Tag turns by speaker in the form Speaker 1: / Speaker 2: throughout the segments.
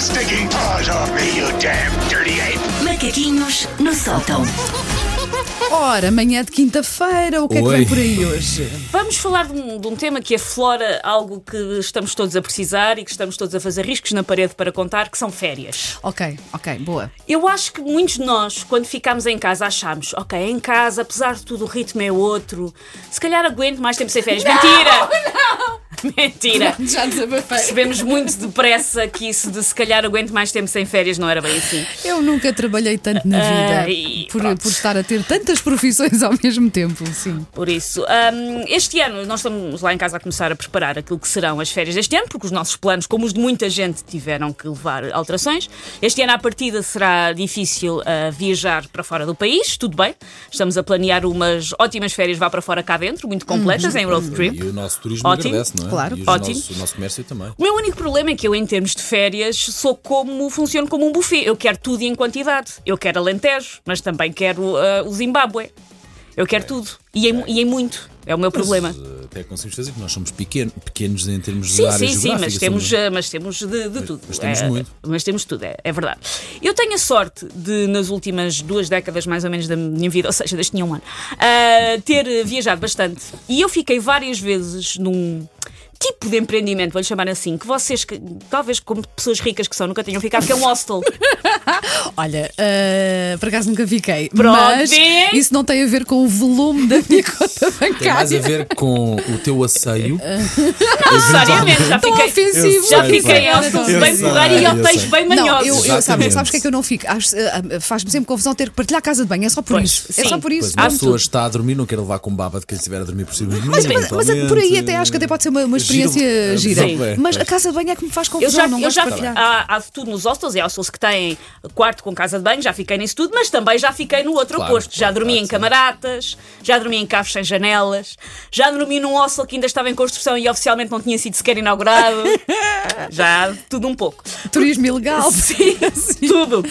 Speaker 1: stinking paws off me, you damn dirty ape!
Speaker 2: Macaquinhos no sótão.
Speaker 3: Ora, manhã de quinta-feira, o que é que
Speaker 4: Oi.
Speaker 3: vem por aí hoje?
Speaker 5: Vamos falar de um, de um tema que aflora algo que estamos todos a precisar e que estamos todos a fazer riscos na parede para contar, que são férias.
Speaker 3: Ok, ok, boa.
Speaker 5: Eu acho que muitos de nós, quando ficámos em casa, achámos, ok, em casa, apesar de tudo, o ritmo é outro. Se calhar aguento mais tempo sem férias. Mentira! Mentira!
Speaker 3: Já desabafei.
Speaker 5: Percebemos muito depressa que isso de se calhar aguento mais tempo sem férias não era bem assim.
Speaker 3: Eu nunca trabalhei tanto na vida
Speaker 5: Ai,
Speaker 3: por,
Speaker 5: pronto.
Speaker 3: por estar a ter tantas profissões ao mesmo tempo, sim.
Speaker 5: Por isso, hum, este ano nós estamos lá em casa a começar a preparar aquilo que serão as férias deste ano, porque os nossos planos, como os de muita gente, tiveram que levar alterações. Este ano, à partida, será difícil ah, viajar para fora do país, tudo bem. Estamos a planear umas ótimas férias, vá para fora cá dentro, muito completas, em road trip.
Speaker 4: E o nosso turismo
Speaker 5: Ótimo.
Speaker 4: agradece, não é?
Speaker 3: Claro.
Speaker 4: E os
Speaker 5: Ótimo.
Speaker 4: nossos- o nosso comércio também.
Speaker 5: O meu único problema é que eu, em termos de férias, sou como funciono como um buffet. Eu quero tudo em quantidade. Eu quero Alentejo, mas também quero ah, o Zimbábue. Eu quero tudo. E em, e em muito. É o meu problema.
Speaker 4: Mas, eh, até conseguimos fazer, porque nós somos pequeno- pequenos em termos de
Speaker 5: Sim,
Speaker 4: área
Speaker 5: sim, sim,
Speaker 4: geográfica.
Speaker 5: mas temos,
Speaker 4: somos-
Speaker 5: eh, mas temos de, de tudo.
Speaker 4: mas temos
Speaker 5: É,
Speaker 4: muito.
Speaker 5: Mas temos tudo, é, é verdade. Eu tenho a sorte de, nas últimas duas décadas, mais ou menos, da minha vida, ou seja, deste nenhum ano, ah, ter eh, viajado bastante. E eu fiquei várias vezes num tipo de empreendimento, vou-lhe chamar assim, que vocês, que, talvez como pessoas ricas que são, nunca tenham ficado, que é um hostel.
Speaker 3: Olha, ah, por acaso nunca fiquei.
Speaker 5: Pronto,
Speaker 3: mas
Speaker 5: vê?
Speaker 3: isso não tem a ver com o volume da minha conta
Speaker 4: Tem mais a
Speaker 3: bancária.
Speaker 4: ver com o teu asseio.
Speaker 5: Seriamente, já
Speaker 3: Tão
Speaker 5: fiquei.
Speaker 3: ofensivo.
Speaker 5: Já
Speaker 4: Eu sei,
Speaker 5: fiquei em
Speaker 4: claro.
Speaker 5: hostels
Speaker 4: Eu
Speaker 5: bem
Speaker 4: sei,
Speaker 5: porreiro e
Speaker 4: eu
Speaker 5: hotéis
Speaker 4: sei.
Speaker 5: bem
Speaker 3: Não,
Speaker 5: manhosos.
Speaker 3: eu, eu
Speaker 4: Exatamente.
Speaker 3: sabes, sabes o que é que eu não fico? Acho- ah, ah, Faz-me sempre confusão ter que partilhar casa de banho, é só por
Speaker 5: Pois,
Speaker 3: isso. É
Speaker 5: sim.
Speaker 3: só por
Speaker 4: Pois
Speaker 3: isso.
Speaker 4: uma
Speaker 3: amo
Speaker 4: pessoa
Speaker 3: tudo.
Speaker 4: está a dormir, não quer levar com baba de quem estiver a dormir por cima. é
Speaker 3: Mas, mas- mas por aí até acho que até pode ser uma, uma
Speaker 4: Giro.
Speaker 3: experiência gira.
Speaker 4: Sim.
Speaker 3: Mas a casa de banho é que me faz
Speaker 5: Eu
Speaker 3: confusão,
Speaker 5: já,
Speaker 3: não
Speaker 5: eu
Speaker 3: gosto
Speaker 5: já
Speaker 3: de partilhar.
Speaker 5: há, há tudo nos hostels, e há hostels que têm quarto com casa de banho, já fiquei nisso tudo, mas também já fiquei no outro
Speaker 4: Claro,
Speaker 5: oposto. Já
Speaker 4: claro,
Speaker 5: dormi
Speaker 4: claro,
Speaker 5: em
Speaker 4: sim.
Speaker 5: camaratas, já dormi em cafés sem janelas, já dormi num hostel que ainda estava em construção e oficialmente não tinha sido sequer inaugurado. já, tudo um pouco.
Speaker 3: Turismo ilegal.
Speaker 5: Sim, tudo.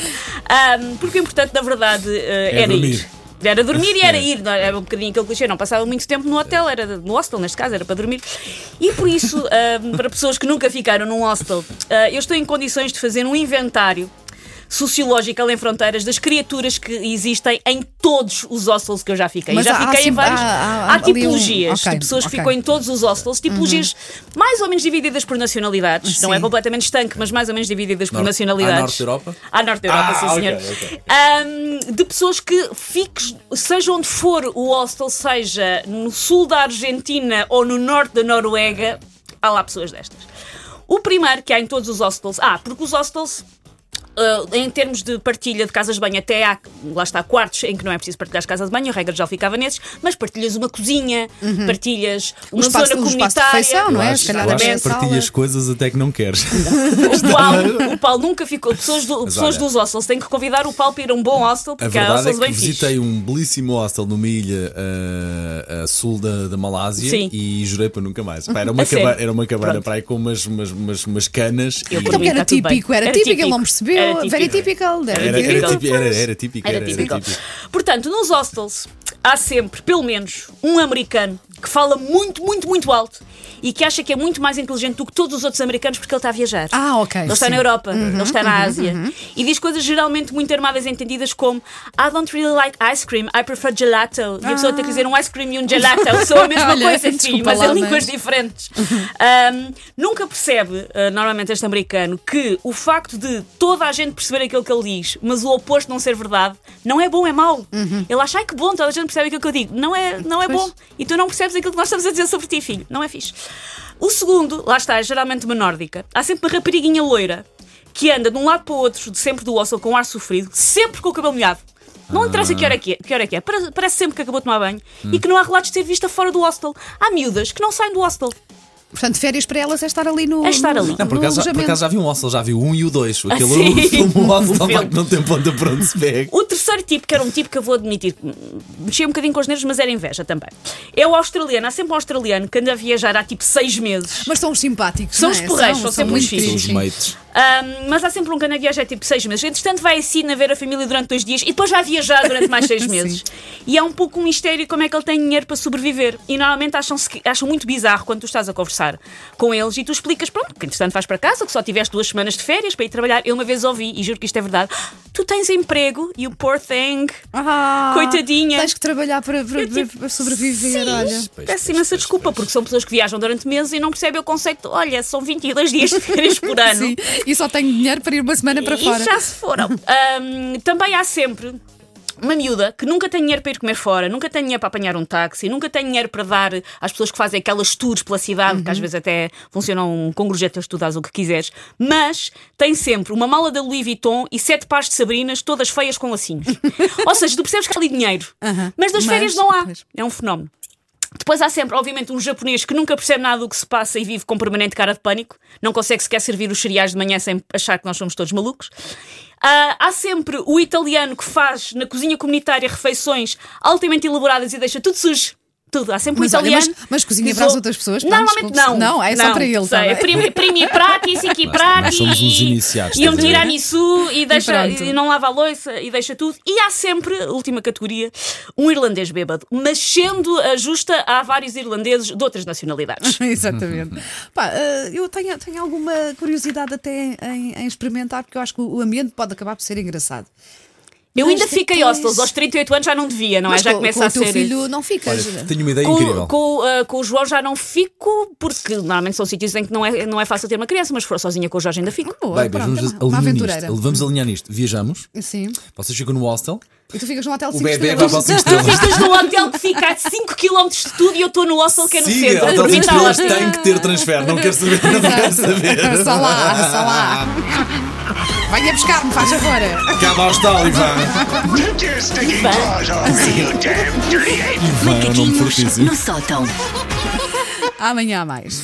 Speaker 5: Ahm, porque o importante, na verdade, eh,
Speaker 4: É
Speaker 5: era
Speaker 4: dormir. É.
Speaker 5: ir. Era dormir e era ir, não, era um bocadinho aquele clichê, não passava muito tempo no hotel, era no hostel neste caso, era para dormir. E por isso, ahm, para pessoas que nunca ficaram num hostel, ah, eu estou em condições de fazer um inventário sociológico além fronteiras das criaturas que existem em todos os hostels que eu já fiquei.
Speaker 3: Mas
Speaker 5: já
Speaker 3: há- há
Speaker 5: fiquei em
Speaker 3: sempre-
Speaker 5: vários.
Speaker 3: há- há- há ali um-
Speaker 5: tipologias
Speaker 3: ok,
Speaker 5: de
Speaker 3: ok.
Speaker 5: pessoas
Speaker 3: Uhum.
Speaker 5: que ficam em todos os hostels, tipologias mais ou menos divididas por nacionalidades, não é
Speaker 3: Sim.
Speaker 5: completamente estanque, mas mais ou menos divididas por
Speaker 4: Norte-
Speaker 5: nacionalidades.
Speaker 4: à Norte da Europa?
Speaker 5: À Norte da Europa,
Speaker 4: Ah,
Speaker 5: sim,
Speaker 4: ok,
Speaker 5: senhor.
Speaker 4: ok.
Speaker 5: Ahm, de pessoas que fiques, seja onde for o hostel, seja no sul da Argentina ou no norte da Noruega, há lá pessoas destas. O primeiro que há em todos os hostels. Ah, porque os hostels. ah, em termos de partilha de casas de banho, até há, lá está, quartos em que não é preciso partilhar as casas de banho, a regra já ficava nesses, mas partilhas uma cozinha, partilhas uma
Speaker 3: espaço- Uhum.
Speaker 5: zona
Speaker 3: um espaço de
Speaker 5: comunitária.
Speaker 3: refeição, não é?
Speaker 4: Acho,
Speaker 3: Se calhar
Speaker 4: eu acho
Speaker 3: também é
Speaker 4: que partilhas
Speaker 3: sala.
Speaker 4: coisas até que não queres.
Speaker 5: O Paulo, o Paulo nunca ficou. Pessoas, do-
Speaker 4: é Mas
Speaker 5: pessoas
Speaker 4: olha-
Speaker 5: dos hostels têm que convidar o Paulo para ir a um bom hostel
Speaker 4: A
Speaker 5: porque há
Speaker 4: verdade é
Speaker 5: hostels
Speaker 4: que
Speaker 5: bem
Speaker 4: visitei
Speaker 5: fixos.
Speaker 4: um belíssimo hostel numa ilha ah, a sul da, da Malásia
Speaker 5: Sim. Uhum.
Speaker 4: e jurei para nunca mais. Pá, era, uma
Speaker 5: A sério?
Speaker 4: caba- era uma cabana
Speaker 5: Pronto.
Speaker 4: praia com umas, umas, umas, umas canas.
Speaker 5: Eu
Speaker 4: e-
Speaker 3: Então que era
Speaker 5: Está tudo bem.
Speaker 3: típico, era,
Speaker 5: Era
Speaker 3: típico,
Speaker 5: típico.
Speaker 3: ele não percebeu.
Speaker 5: Era
Speaker 3: Era
Speaker 5: típico.
Speaker 3: very typical. né? Então, Era,
Speaker 4: Era,
Speaker 3: típico.
Speaker 4: era, típico, era, era típico,
Speaker 5: Era
Speaker 4: era- era
Speaker 5: típico.
Speaker 4: típico.
Speaker 5: Portanto, nos hostels há sempre, pelo menos, um americano que fala muito, muito, muito alto e que acha que é muito mais inteligente do que todos os outros americanos porque ele está a viajar.
Speaker 3: Ah, ok,
Speaker 5: Ele está
Speaker 3: sim. Uhum,
Speaker 5: na Europa, ele está na Ásia. E diz coisas geralmente muito armadas e entendidas como I don't really like ice cream, I prefer gelato. E a pessoa tem que dizer um ice cream e um gelato. São a mesma
Speaker 3: Olha,
Speaker 5: coisa, sim,
Speaker 3: desculpa
Speaker 5: mas é
Speaker 3: lá,
Speaker 5: em línguas
Speaker 3: mas-
Speaker 5: diferentes. Ahm, nunca percebe, ah, normalmente, este americano, que o facto de toda a gente perceber aquilo que ele diz, mas o oposto não ser verdade, não é bom, é mau. Ele acha, ai que bom, toda a gente percebe aquilo que eu digo. Não é, não é bom. E tu não percebes aquilo que nós estamos a dizer sobre ti, filho. Não é fixe. O segundo, lá está, é geralmente uma nórdica. Há sempre uma rapariguinha loira que anda de um lado para o outro, de sempre do hostel, com ar sofrido, sempre com o cabelo molhado. Não interessa que hora é que é, que hora é, que é. pare- parece sempre que acabou de tomar banho e que não há relatos de ter vista fora do hostel. Há miúdas que não saem do hostel.
Speaker 3: Portanto, férias para elas é estar ali no.
Speaker 5: É estar
Speaker 3: no-
Speaker 5: ali.
Speaker 4: Não, por
Speaker 3: no
Speaker 4: acaso, já- por
Speaker 3: alojamento.
Speaker 4: acaso já vi um hostel, já vi o um e o dois. Aquele
Speaker 5: Ah, sim?
Speaker 4: filme um hostel lá
Speaker 5: filme.
Speaker 4: que não tem ponta para onde se pega.
Speaker 5: O terceiro tipo, que era um tipo que eu vou admitir, que, hum, mexia um bocadinho com os nervos, mas era inveja também. É o australiano. Há sempre um australiano que anda a viajar há tipo seis meses.
Speaker 3: Mas são os simpáticos.
Speaker 5: São
Speaker 3: não
Speaker 5: os
Speaker 3: é?
Speaker 5: porreiros, são sempre
Speaker 3: muito
Speaker 5: os fixos.
Speaker 4: São os
Speaker 3: queridos, sim.
Speaker 4: mates.
Speaker 5: Ahm, mas há sempre um canaviagem é tipo seis meses. Entretanto, vai a Sina ver a família durante dois dias e depois vai viajar durante mais seis meses. E é um pouco um mistério como é que ele tem dinheiro para sobreviver. E normalmente acham, acham muito bizarro quando tu estás a conversar com eles e tu explicas, pronto, que entretanto vais para casa, que só tiveste duas semanas de férias para ir trabalhar. Eu uma vez ouvi, e juro que isto é verdade, tu tens emprego e o poor thing.
Speaker 3: Ah,
Speaker 5: Coitadinha.
Speaker 3: Tens que trabalhar para, para-
Speaker 5: tipo,
Speaker 3: para sobreviver, olha.
Speaker 4: Pois,
Speaker 5: Peço
Speaker 4: pois,
Speaker 5: imensa
Speaker 4: pois,
Speaker 5: desculpa, porque são pessoas que viajam durante meses e não percebem o conceito. Olha, são 22 dias de férias por ano.
Speaker 3: Sim, e só tenho dinheiro para ir uma semana para
Speaker 5: e
Speaker 3: fora.
Speaker 5: já se foram. Ahm, também há sempre uma miúda que nunca tem dinheiro para ir comer fora, nunca tem dinheiro para apanhar um táxi, nunca tem dinheiro para dar às pessoas que fazem aquelas tours pela cidade,
Speaker 3: Uhum.
Speaker 5: que às vezes até funcionam com gorjetas, tu dás o que quiseres, mas tem sempre uma mala da Louis Vuitton e sete pares de sabrinas, todas feias com lacinhos. Ou seja, tu percebes que há ali dinheiro,
Speaker 3: Uhum.
Speaker 5: mas das
Speaker 3: Mas,
Speaker 5: férias não há.
Speaker 3: pois.
Speaker 5: É um fenómeno. Depois há sempre, obviamente, um japonês que nunca percebe nada do que se passa e vive com permanente cara de pânico, não consegue sequer servir os cereais de manhã sem achar que nós somos todos malucos. Ah, há sempre o italiano que faz na cozinha comunitária refeições altamente elaboradas e deixa tudo sujo. Tudo. Há sempre
Speaker 3: Mas
Speaker 5: um
Speaker 3: olha,
Speaker 5: italiano.
Speaker 3: mas- mas cozinha
Speaker 5: que
Speaker 3: para as
Speaker 5: sou-
Speaker 3: outras pessoas? Pronto,
Speaker 5: Normalmente
Speaker 3: desculpe.
Speaker 5: não.
Speaker 3: Não, é só para ele, tá
Speaker 5: Sei,
Speaker 3: bem.
Speaker 5: primi, primi prati, e siki
Speaker 4: Nós-
Speaker 5: prati.
Speaker 4: nós somos uns iniciados, tá
Speaker 5: E um
Speaker 4: estás a ver?
Speaker 5: tiramisu e deixa.
Speaker 3: pronto.
Speaker 5: e não lava a louça e deixa tudo. E há sempre, última categoria, um irlandês bêbado. Mas sendo a justa, há vários irlandeses de outras
Speaker 3: Uhum.
Speaker 5: nacionalidades.
Speaker 3: Exatamente. Pá, eh, eu tenho, tenho alguma curiosidade até em, em experimentar, porque eu acho que o ambiente pode acabar por ser engraçado.
Speaker 5: Eu
Speaker 3: Mas
Speaker 5: ainda fiquei
Speaker 3: depois-
Speaker 5: hostels, aos 38 anos já não devia, não é?
Speaker 3: Mas
Speaker 5: Já
Speaker 3: com,
Speaker 5: começa
Speaker 3: com
Speaker 5: a
Speaker 3: o teu
Speaker 5: ser.
Speaker 3: filho não ficas.
Speaker 4: Olha, tenho uma ideia
Speaker 5: eh, Com,
Speaker 4: É incrível.
Speaker 5: com, ah, com o João já não fico, porque normalmente são sítios em que não é, não é fácil ter uma criança, mas se for sozinha com o Jorge ainda fico.
Speaker 3: Boa,
Speaker 4: Bem, mas
Speaker 3: pronto,
Speaker 4: vamos
Speaker 3: é uma, uma
Speaker 4: alinhar
Speaker 3: aventureira.
Speaker 4: nisto. Vamos alinhar nisto. Viajamos,
Speaker 3: Sim.
Speaker 4: vocês ficam no hostel,
Speaker 3: E tu ficas num hotel
Speaker 4: o
Speaker 3: 5
Speaker 4: bebê vai
Speaker 3: estrelas.
Speaker 4: para o 5 estrelas.
Speaker 5: Estás num hotel que fica a 5km de tudo e eu estou no hostel que é no
Speaker 4: Siga,
Speaker 5: centro.
Speaker 4: hotel
Speaker 5: A dormir
Speaker 4: cinco
Speaker 5: está lá.
Speaker 4: estrelas tem que ter transfer, não quero saber, não quero saber.
Speaker 3: Só lá, só lá. Venha buscar-me, faz agora.
Speaker 4: Cá ao hostel, Ivan.
Speaker 1: Take your stinking claws off me, you damn dirty ape!
Speaker 4: Ivan, é um nome
Speaker 2: Macaquinhos
Speaker 4: fortíssimo.
Speaker 2: no sótão.
Speaker 3: Amanhã há mais.